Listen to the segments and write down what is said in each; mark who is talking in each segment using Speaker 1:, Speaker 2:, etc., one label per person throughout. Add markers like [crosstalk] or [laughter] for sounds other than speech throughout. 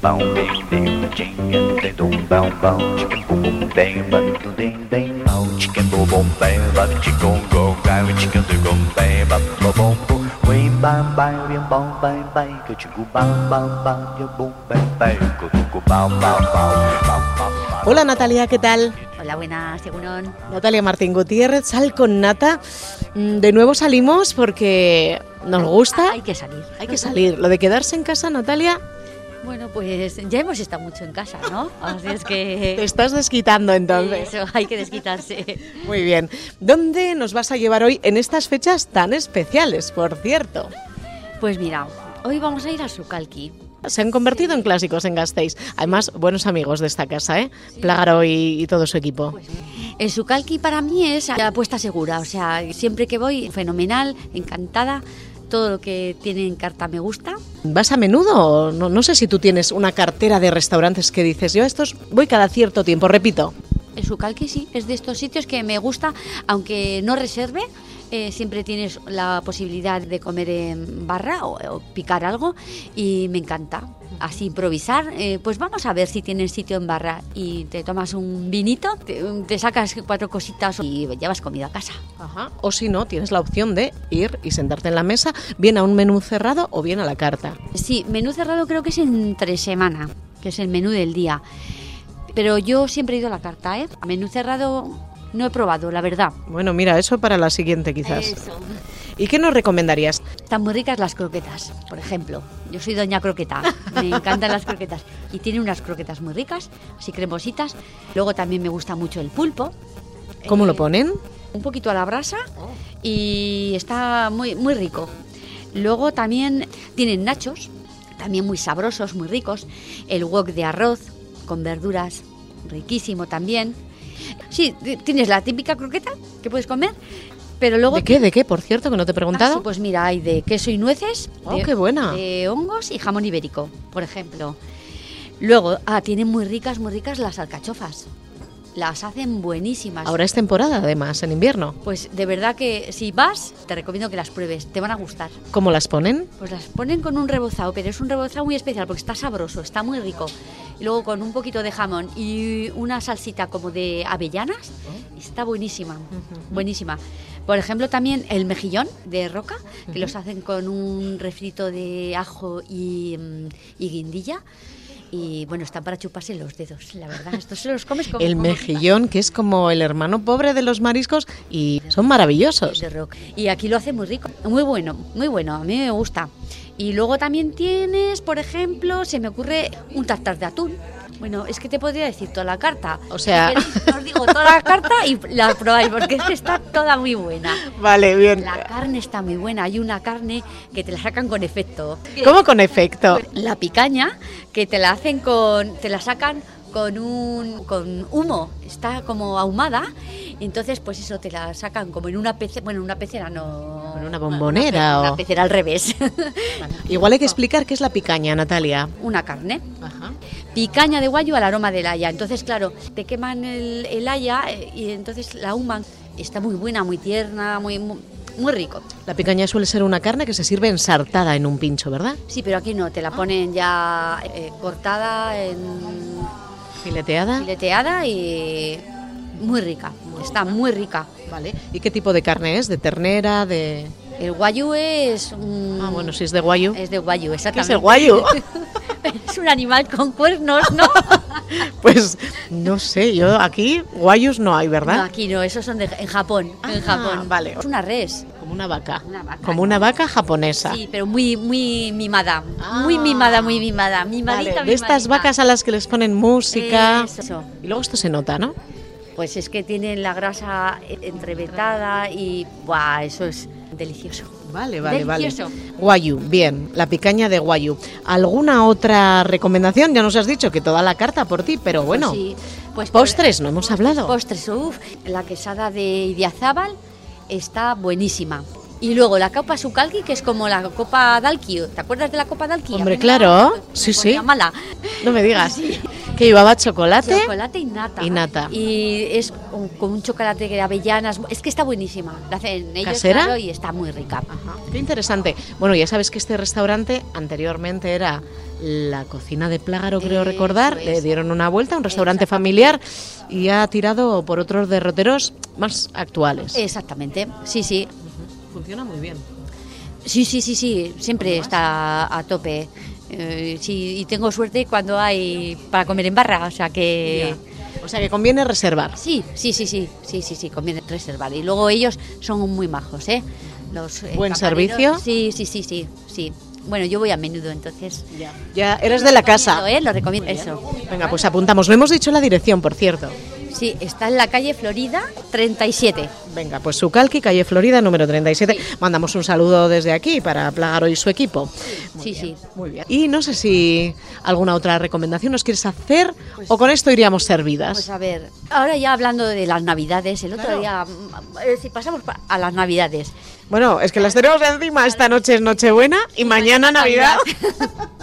Speaker 1: Boom, bing, bing, ba, ching, and de dum, boom, boom, chicken, boom, boom, bang, ba, do, ding, ding, boom, chicken, boom, boom, bang, ba, chicken, gong, gong, bang, ba, chicken, do, gong, bang, ba, ba, boom, boom, way, bang, bang, way, bang, bang, bang, go, chicken, bang, bang, bang, yo, boom, bang, bang, go, go, go, bang, bang, bang, bang, bang, bang.
Speaker 2: Hola Natalia, ¿qué tal?
Speaker 3: Hola, buenas, Segurón.
Speaker 2: Natalia Martín Gutiérrez, sal con nata. Mm, De nuevo salimos porque nos gusta.
Speaker 3: Hay que salir.
Speaker 2: Hay que salir. Lo de quedarse en casa, Natalia,
Speaker 3: Bueno, pues ya hemos estado mucho en casa, ¿no? Así es
Speaker 2: te
Speaker 3: que...
Speaker 2: estás desquitando entonces.
Speaker 3: Eso, hay que desquitarse.
Speaker 2: Muy bien. ¿Dónde nos vas a llevar hoy en estas fechas tan especiales, por cierto?
Speaker 3: Pues mira, hoy vamos a ir a Sukalki.
Speaker 2: Se han convertido en clásicos en Gasteiz. Además, buenos amigos de esta casa, ¿eh? Plagaro y, y todo su equipo.
Speaker 3: El Sukalki para mí es la apuesta segura. O sea, siempre que voy, fenomenal, encantada. Todo lo que tiene en carta me gusta.
Speaker 2: ¿Vas a menudo? o No, no sé si tú tienes una cartera de restaurantes que dices, yo a estos voy cada cierto tiempo, repito.
Speaker 3: El Sukalki sí, es de estos sitios que me gusta, aunque no reserve, eh, siempre tienes la posibilidad de comer en barra o, o picar algo y me encanta. Así improvisar, eh, pues vamos a ver si tienen sitio en barra y te tomas un vinito, te, te sacas cuatro cositas y llevas comida a casa.
Speaker 2: Ajá. O si no, tienes la opción de ir y sentarte en la mesa, bien a un menú cerrado o bien a la carta.
Speaker 3: Sí, menú cerrado creo que es entre semana, que es el menú del día. Pero yo siempre he ido a la carta, ¿eh? Menú cerrado no he probado, la verdad.
Speaker 2: Bueno, mira, eso para la siguiente quizás. ¿Y qué nos recomendarías?
Speaker 3: Están muy ricas las croquetas, por ejemplo. Yo soy
Speaker 2: [laughs]
Speaker 3: doña croqueta, me encantan las croquetas. Y tiene unas croquetas muy ricas, así cremositas. Luego también me gusta mucho el pulpo.
Speaker 2: ¿Cómo
Speaker 3: Eh,
Speaker 2: lo ponen?
Speaker 3: Un poquito a la brasa
Speaker 2: Oh.
Speaker 3: y está muy, muy rico. Luego también tienen nachos, también muy sabrosos, muy ricos. El wok de arroz con verduras, riquísimo también. Sí, t- tienes la típica croqueta que puedes comer, pero luego...
Speaker 2: ¿De qué? ¿De qué? Por cierto, que no te he
Speaker 3: Ah, Eh,
Speaker 2: preguntado.
Speaker 3: sí, pues mira, hay de queso y nueces.
Speaker 2: Oh,
Speaker 3: de-
Speaker 2: qué buena.
Speaker 3: De hongos y jamón ibérico, por ejemplo. Luego, ah, tienen muy ricas, muy ricas las alcachofas. Las hacen buenísimas.
Speaker 2: Ahora es temporada, además, en invierno.
Speaker 3: Pues de verdad que si vas, te recomiendo que las pruebes, te van a gustar.
Speaker 2: ¿Cómo las ponen?
Speaker 3: Pues las ponen con un rebozado, pero es un rebozado muy especial porque está sabroso, está muy rico. Y luego con un poquito de jamón y una salsita como de avellanas,
Speaker 2: Ah.
Speaker 3: está buenísima, buenísima. Por ejemplo, también el mejillón de roca, que los hacen con un refrito de ajo y, mm, y guindilla. Y bueno, están para chuparse los dedos, la verdad. Estos se los comes como
Speaker 2: El
Speaker 3: como-
Speaker 2: mejillón, que es como el hermano pobre de los mariscos y son maravillosos.
Speaker 3: de rock. Y aquí lo hace muy rico, muy bueno, muy bueno, a mí me gusta. Y luego también tienes, por ejemplo, se me ocurre un tartar de atún. Bueno, es que te podría decir toda la carta.
Speaker 2: O sea-
Speaker 3: Si queréis, os digo toda la carta y la probáis, porque es que está toda muy buena.
Speaker 2: Vale, bien.
Speaker 3: La carne está muy buena, hay una carne que te la sacan con efecto.
Speaker 2: ¿Cómo con efecto?
Speaker 3: La picaña, que te la hacen con. te la sacan con un con humo, está como ahumada, y entonces pues eso te la sacan como en una pecera, bueno, en una pecera no.
Speaker 2: En una bombonera
Speaker 3: Una, pe-
Speaker 2: o-
Speaker 3: una pecera al revés. [laughs]
Speaker 2: Igual hay que explicar qué es la picaña, Natalia.
Speaker 3: una carne.
Speaker 2: Ajá.
Speaker 3: Picaña de guayo al aroma del haya. Entonces, claro, te queman el, el haya eh, y entonces la ahuman. Está muy buena, muy tierna, muy, muy, muy rico.
Speaker 2: La picaña suele ser una carne que se sirve ensartada en un pincho, ¿verdad?
Speaker 3: Sí, pero aquí no, te
Speaker 2: Ah.
Speaker 3: la ponen ya eh, cortada en
Speaker 2: Fileteada.
Speaker 3: fileteada y muy rica, está muy rica.
Speaker 2: Vale. ¿Y qué tipo de carne es? ¿De ternera? ¿De.?
Speaker 3: El guayu es un-
Speaker 2: Ah, bueno, si es de guayu.
Speaker 3: es de guayu,
Speaker 2: ¿Qué
Speaker 3: exactamente.
Speaker 2: es el
Speaker 3: [laughs]
Speaker 2: guayu?
Speaker 3: Es un animal con cuernos, ¿no?
Speaker 2: Pues no sé, yo aquí guayus no hay, [laughs]
Speaker 3: No,
Speaker 2: ¿verdad?
Speaker 3: aquí no, esos son de, en Japón,
Speaker 2: Ah,
Speaker 3: en Japón.
Speaker 2: vale.
Speaker 3: Es una res.
Speaker 2: Como una vaca.
Speaker 3: Una vaca,
Speaker 2: Como una vaca japonesa.
Speaker 3: Sí, pero muy muy mimada,
Speaker 2: Ah.
Speaker 3: muy mimada, muy mimada, mimadita,
Speaker 2: Vale, de estas
Speaker 3: mimadita.
Speaker 2: vacas a las que les ponen música.
Speaker 3: Eso.
Speaker 2: Y luego esto se nota, ¿no?
Speaker 3: Pues es que tienen la grasa entrevetada y buah, eso es delicioso.
Speaker 2: Vale, vale,
Speaker 3: Delicioso.
Speaker 2: vale. Guayu, bien, la picaña de guayu. ¿Alguna otra recomendación? Ya nos has dicho que toda la carta por ti, pero bueno.
Speaker 3: Pues sí, pues por-
Speaker 2: postres, no hemos hablado.
Speaker 3: Postres, uff, la quesada de Idiazábal está buenísima. Y luego la copa Sukalki, que es como la copa Dalki. ¿Te acuerdas de la copa Dalki?
Speaker 2: Hombre,
Speaker 3: A mí me-
Speaker 2: claro.
Speaker 3: me
Speaker 2: Sí,
Speaker 3: ponía
Speaker 2: sí.
Speaker 3: mala.
Speaker 2: No me digas. Que llevaba chocolate.
Speaker 3: Chocolate y nata.
Speaker 2: Y nata.
Speaker 3: Y es un- con un chocolate de avellanas. Es que está buenísima. La hacen ellos,
Speaker 2: ¿Casera?
Speaker 3: claro, y está muy rica.
Speaker 2: Ajá, Qué interesante. Bueno, ya sabes que este restaurante anteriormente era la cocina de Plágaro, creo
Speaker 3: Eso
Speaker 2: recordar.
Speaker 3: es.
Speaker 2: Le dieron una vuelta, un restaurante
Speaker 3: Exactamente.
Speaker 2: familiar y ha tirado por otros derroteros más actuales.
Speaker 3: Exactamente. Sí, sí.
Speaker 2: Funciona muy bien.
Speaker 3: Sí, sí, sí, sí. Siempre está a tope. Eh, sí, y tengo suerte cuando hay para comer en barra. O sea que.
Speaker 2: Eh, O sea que conviene reservar.
Speaker 3: Sí, sí, sí, sí, sí, sí, sí, conviene reservar. Y luego ellos son muy majos, ¿eh? Los, eh,
Speaker 2: ¿Buen
Speaker 3: camareros.
Speaker 2: servicio?
Speaker 3: Sí, sí, sí, sí, sí. Bueno, yo voy a menudo, entonces.
Speaker 2: Ya eres de la casa.
Speaker 3: Recomiendo, ¿eh? Lo recomiendo, eso.
Speaker 2: Venga, pues apuntamos. No hemos dicho la dirección, por cierto.
Speaker 3: Sí, está en la calle Florida 37.
Speaker 2: Venga, pues Sucalqui, calle Florida, número 37. Mandamos un saludo desde aquí para Plagaro y su equipo.
Speaker 3: sí, sí.
Speaker 2: Muy bien. Y no sé si alguna otra recomendación nos quieres hacer o con esto iríamos
Speaker 3: Pues
Speaker 2: servidas.
Speaker 3: a ver, ahora ya hablando de las navidades, el otro
Speaker 2: Claro.
Speaker 3: día, mm, eh, si pasamos pa- a las navidades.
Speaker 2: bueno, es que las tenemos encima. Esta noche es Nochebuena y mañana Navidad.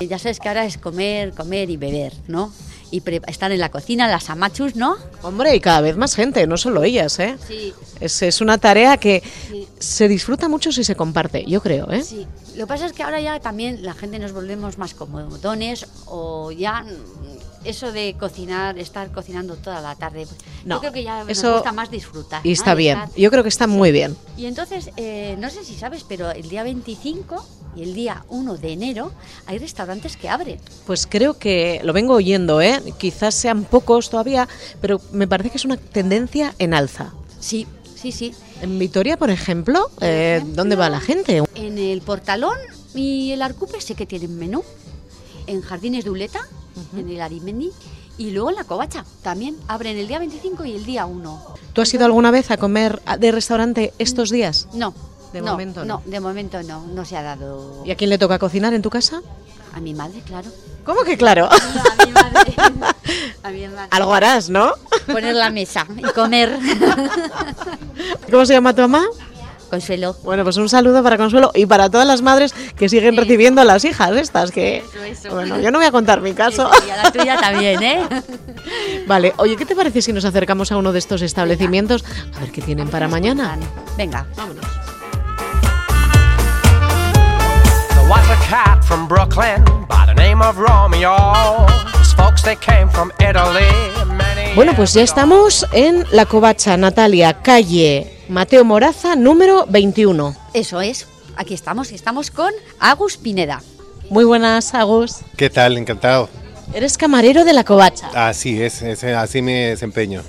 Speaker 3: ya sabes que ahora es comer, comer y beber, ¿no? Y pre- están en la cocina las amachus, ¿no?
Speaker 2: Hombre, y cada vez más gente, no solo ellas, ¿eh?
Speaker 3: Sí.
Speaker 2: Es, es una tarea que
Speaker 3: Sí.
Speaker 2: se disfruta mucho si se comparte, yo creo, ¿eh?
Speaker 3: Sí, lo que pasa es que ahora ya también la gente nos volvemos más comodones o ya mm, eso de cocinar, estar cocinando toda la tarde. pues,
Speaker 2: No,
Speaker 3: yo creo que ya nos
Speaker 2: eso-
Speaker 3: gusta más disfrutar.
Speaker 2: Y Ah,
Speaker 3: ¿no?
Speaker 2: está
Speaker 3: De
Speaker 2: bien,
Speaker 3: estar-
Speaker 2: yo creo que está muy bien.
Speaker 3: Y entonces, eh, no sé si sabes, pero el día 25 y el día 1 de enero hay restaurantes que abren.
Speaker 2: Pues creo que lo vengo oyendo, ¿eh? Quizás sean pocos todavía, pero me parece que es una tendencia en alza.
Speaker 3: Sí, sí, sí.
Speaker 2: En Vitoria, por ejemplo,
Speaker 3: Por
Speaker 2: eh, ¿dónde
Speaker 3: ejemplo,
Speaker 2: va la gente?
Speaker 3: En el Portalón y el Arcupe sé que tienen menú. En Jardines de Uleta, en el Arimendi. Y luego en la Covacha también. Abren el día 25 y el día 1.
Speaker 2: ¿Tú has ido alguna vez a comer a- de restaurante estos días?
Speaker 3: No.
Speaker 2: De
Speaker 3: no,
Speaker 2: momento no.
Speaker 3: no. de momento no. No se ha dado
Speaker 2: ¿Y a quién le toca cocinar en tu casa?
Speaker 3: a mi madre, claro.
Speaker 2: ¿Cómo que claro? [laughs]
Speaker 3: A mi madre. [laughs] A mi madre.
Speaker 2: Algo harás, ¿no?
Speaker 3: Poner la mesa y [laughs] comer.
Speaker 2: [laughs] ¿Cómo se llama tu mamá?
Speaker 3: Consuelo.
Speaker 2: Bueno, pues un saludo para Consuelo y para todas las madres que siguen
Speaker 3: Eso.
Speaker 2: recibiendo a las hijas estas que...
Speaker 3: Eso, eso.
Speaker 2: Bueno,
Speaker 3: [laughs]
Speaker 2: yo no voy a contar mi caso.
Speaker 3: Y a la tuya también, ¿eh?
Speaker 2: [laughs] Vale, oye, ¿qué te parece si nos acercamos a uno de estos establecimientos? A ver qué tienen para mañana.
Speaker 3: Venga.
Speaker 4: There was a cat from Brooklyn by the name of Romeo. His folks they came from Italy. many
Speaker 2: Bueno, pues ya
Speaker 4: years ago.
Speaker 2: estamos en La Covacha, Natalia, calle Mateo Moraza, número 21.
Speaker 3: Eso es. Aquí estamos. Estamos con Agus Pineda.
Speaker 2: Muy buenas, Agus.
Speaker 5: ¿Qué tal? Encantado.
Speaker 2: Eres camarero de La Covacha.
Speaker 5: Así es, es- así me desempeño.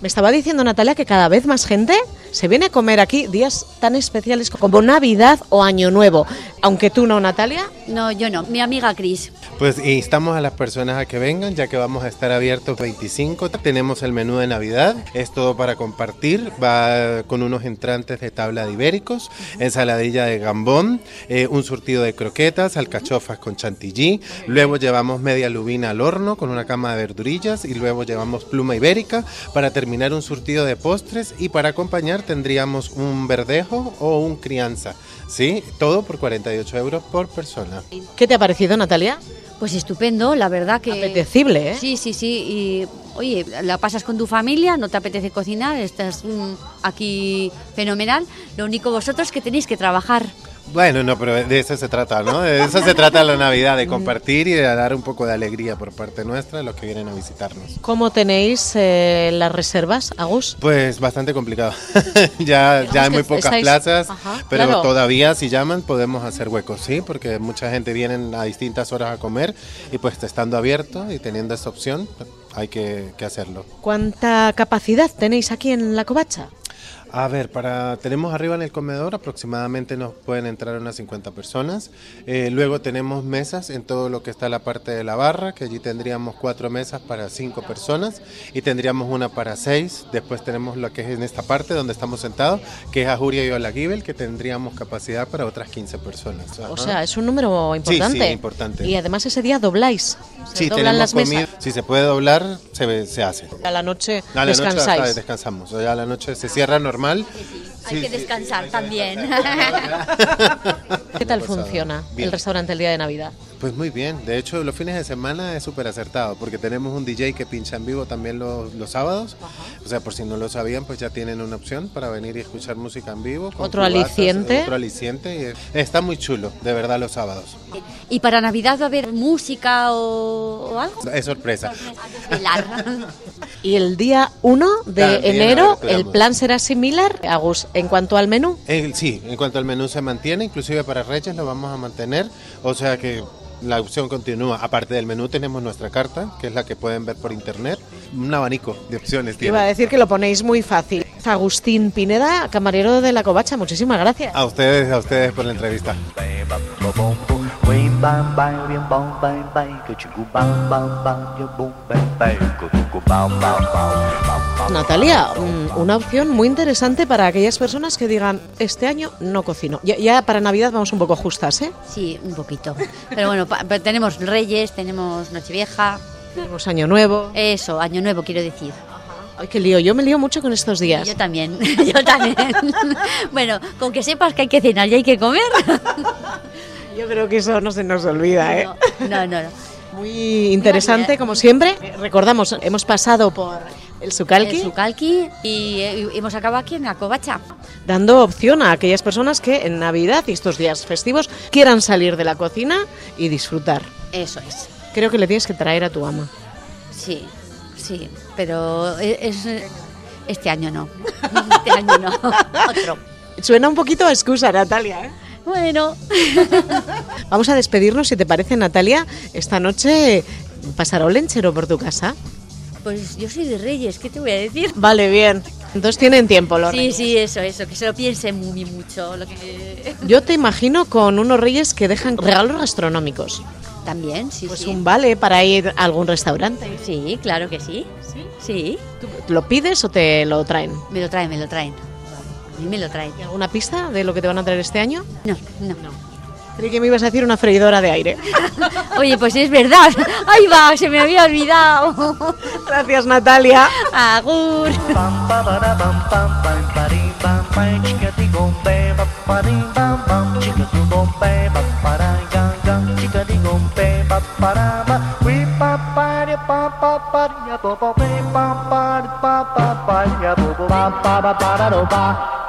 Speaker 2: Me estaba diciendo Natalia que cada vez más gente se viene a comer aquí días tan especiales como Navidad o Año Nuevo. Aunque tú no, Natalia.
Speaker 3: No, yo no. Mi amiga Cris.
Speaker 5: Pues instamos a las personas a que vengan, ya que vamos a estar abiertos 25. Tenemos el menú de Navidad, es todo para compartir. Va con unos entrantes de tabla de ibéricos, ensaladilla de gambón, eh, un surtido de croquetas, alcachofas con chantilly. Luego llevamos media lubina al horno con una cama de verdurillas y luego llevamos pluma ibérica. Para terminar, un surtido de postres y para acompañar tendríamos un verdejo o un crianza. ¿Sí? Todo por 48 euros por persona.
Speaker 2: ¿Qué te ha parecido, Natalia?
Speaker 3: Pues estupendo, la verdad que...
Speaker 2: Apetecible, ¿eh?
Speaker 3: Sí, sí, sí. Y, oye, la pasas con tu familia, no te apetece cocinar, estás mm, aquí fenomenal. Lo único vosotros que tenéis que trabajar.
Speaker 5: Bueno, no, pero de eso se trata, ¿no? De eso se trata la
Speaker 2: [laughs]
Speaker 5: Navidad, de compartir y de dar un poco de alegría por parte nuestra a los que vienen a visitarnos.
Speaker 2: ¿Cómo tenéis eh, las reservas, Agus?
Speaker 5: Pues bastante complicado. [laughs] ya,
Speaker 2: Digamos
Speaker 5: ya hay
Speaker 2: que
Speaker 5: muy pocas
Speaker 2: estáis-
Speaker 5: plazas,
Speaker 2: Ajá,
Speaker 5: pero
Speaker 2: claro.
Speaker 5: todavía si llaman podemos hacer huecos, ¿sí? Porque mucha gente viene a distintas horas a comer y pues estando abierto y teniendo esa opción, pues, hay que, que hacerlo.
Speaker 2: ¿Cuánta capacidad tenéis aquí en La Covacha?
Speaker 5: A ver, para tenemos arriba en el comedor aproximadamente nos pueden entrar unas 50 personas. Eh, luego tenemos mesas en todo lo que está la parte de la barra, que allí tendríamos cuatro mesas para cinco personas y tendríamos una para seis. Después tenemos lo que es en esta parte donde estamos sentados, que es Ajuria y Olaguibel, que tendríamos capacidad para otras 15 personas.
Speaker 2: O
Speaker 5: Ajá.
Speaker 2: sea, es un número
Speaker 5: Sí, sí,
Speaker 2: importante.
Speaker 5: importante.
Speaker 2: Y además ese día dobláis. Se
Speaker 5: Sí,
Speaker 2: doblan
Speaker 5: tenemos
Speaker 2: las
Speaker 5: comida.
Speaker 2: mesas.
Speaker 5: Si se puede doblar, se, ve- se hace.
Speaker 2: A la noche
Speaker 5: A la noche
Speaker 2: descansáis.
Speaker 5: hasta descansamos. O sea, a la noche se cierra normal.
Speaker 3: Hay
Speaker 5: Sí,
Speaker 3: que
Speaker 5: sí,
Speaker 3: descansar
Speaker 5: sí, hay que
Speaker 3: también.
Speaker 2: ¿Qué tal
Speaker 5: Una pasada.
Speaker 2: funciona
Speaker 5: Bien.
Speaker 2: el restaurante el día de Navidad?
Speaker 5: Pues muy bien, de hecho los fines de semana es súper acertado porque tenemos un DJ que pincha en vivo también los, los sábados, o sea por si no lo sabían pues ya tienen una opción para venir y escuchar música en vivo. con
Speaker 2: Otro
Speaker 5: cubatas,
Speaker 2: aliciente.
Speaker 5: Otro aliciente y es- está muy chulo, de verdad los sábados.
Speaker 3: ¿Y para Navidad va a haber música o, o algo?
Speaker 5: Es sorpresa.
Speaker 3: A desvelar.
Speaker 2: Y el día pues. 1 de
Speaker 5: También
Speaker 2: enero,
Speaker 5: aperturamos.
Speaker 2: ¿el plan será similar, Agus, en cuanto al menú?
Speaker 5: Eh, sí, en cuanto al menú se mantiene, inclusive para Reyes lo vamos a mantener, o sea que la opción continúa. Aparte del menú tenemos nuestra carta, que es la que pueden ver por internet, un abanico de opciones. tiene.
Speaker 2: Iba a decir que lo ponéis muy fácil. Agustín Pineda, camarero de la Covacha, muchísimas gracias.
Speaker 5: A ustedes, a ustedes por la entrevista.
Speaker 1: bay bập bờ bông bông quay bay bay viên bông bay bay cứ chỉ cú bao bao bao nhớ bông bay bay cứ tu cú bao bao bao bao bao
Speaker 2: Natalia, mm, una opción muy interesante para aquellas personas que digan, este año no cocino. Ya, ya para Navidad vamos un poco justas, ¿eh?
Speaker 3: Sí, un poquito. Pero bueno, pa- pero tenemos Reyes, tenemos Nochevieja,
Speaker 2: Tenemos Año Nuevo.
Speaker 3: eso, Año Nuevo quiero decir.
Speaker 2: Ay, qué lío, yo me lío mucho con estos días.
Speaker 3: Yo también, [laughs] yo también. bueno, con que sepas que hay que cenar y hay que comer.
Speaker 2: Yo creo que eso no se nos olvida, ¿eh?
Speaker 3: No, no, no. no.
Speaker 2: Muy interesante,
Speaker 3: Vale.
Speaker 2: como siempre. Eh, Recordamos, hemos pasado por el Sucalqui,
Speaker 3: El Sucalqui y, eh, y hemos acabado aquí en la covacha.
Speaker 2: dando opción a aquellas personas que en Navidad y estos días festivos quieran salir de la cocina y disfrutar.
Speaker 3: Eso es.
Speaker 2: Creo que le tienes que traer a tu ama.
Speaker 3: Sí, sí, pero e, es, es- este año no. [laughs] Este año no. Otro.
Speaker 2: Suena un poquito a excusa, Natalia. ¿eh?
Speaker 3: Bueno,
Speaker 2: Vamos a despedirnos, si te parece, Natalia. Esta noche pasará un lenchero por tu casa.
Speaker 3: pues yo soy de Reyes, ¿qué te voy a decir?
Speaker 2: Vale, bien. Entonces tienen tiempo, los
Speaker 3: Sí,
Speaker 2: reyes.
Speaker 3: sí, eso, eso, que se lo piense muy mucho. Lo que...
Speaker 2: Yo te imagino con unos reyes que dejan regalos gastronómicos.
Speaker 3: También, sí,
Speaker 2: Pues
Speaker 3: sí.
Speaker 2: un vale para ir a algún restaurante.
Speaker 3: Sí, claro que sí. Sí.
Speaker 2: ¿Lo pides o te lo traen?
Speaker 3: Me lo traen, me lo traen. A mí me lo traen.
Speaker 2: ¿Y alguna pista de lo que te van a traer este año?
Speaker 3: No, no, no.
Speaker 2: Creí que me ibas a decir una freidora de aire.
Speaker 3: Oye, pues es verdad. [laughs] Ahí va, se me había olvidado.
Speaker 2: Gracias, Natalia.
Speaker 3: Agur.
Speaker 1: bam bam ba da bam bam bam ba di bam bam chica di gom bay bap ba di bam bam chica tu gom bay bap ba da gang gang chica di gom bay bap ba da ba we ba ba di ba ba ba di ya bo bo we ba ba di ba ba ba di ya bo bo ba ba ba ba da do ba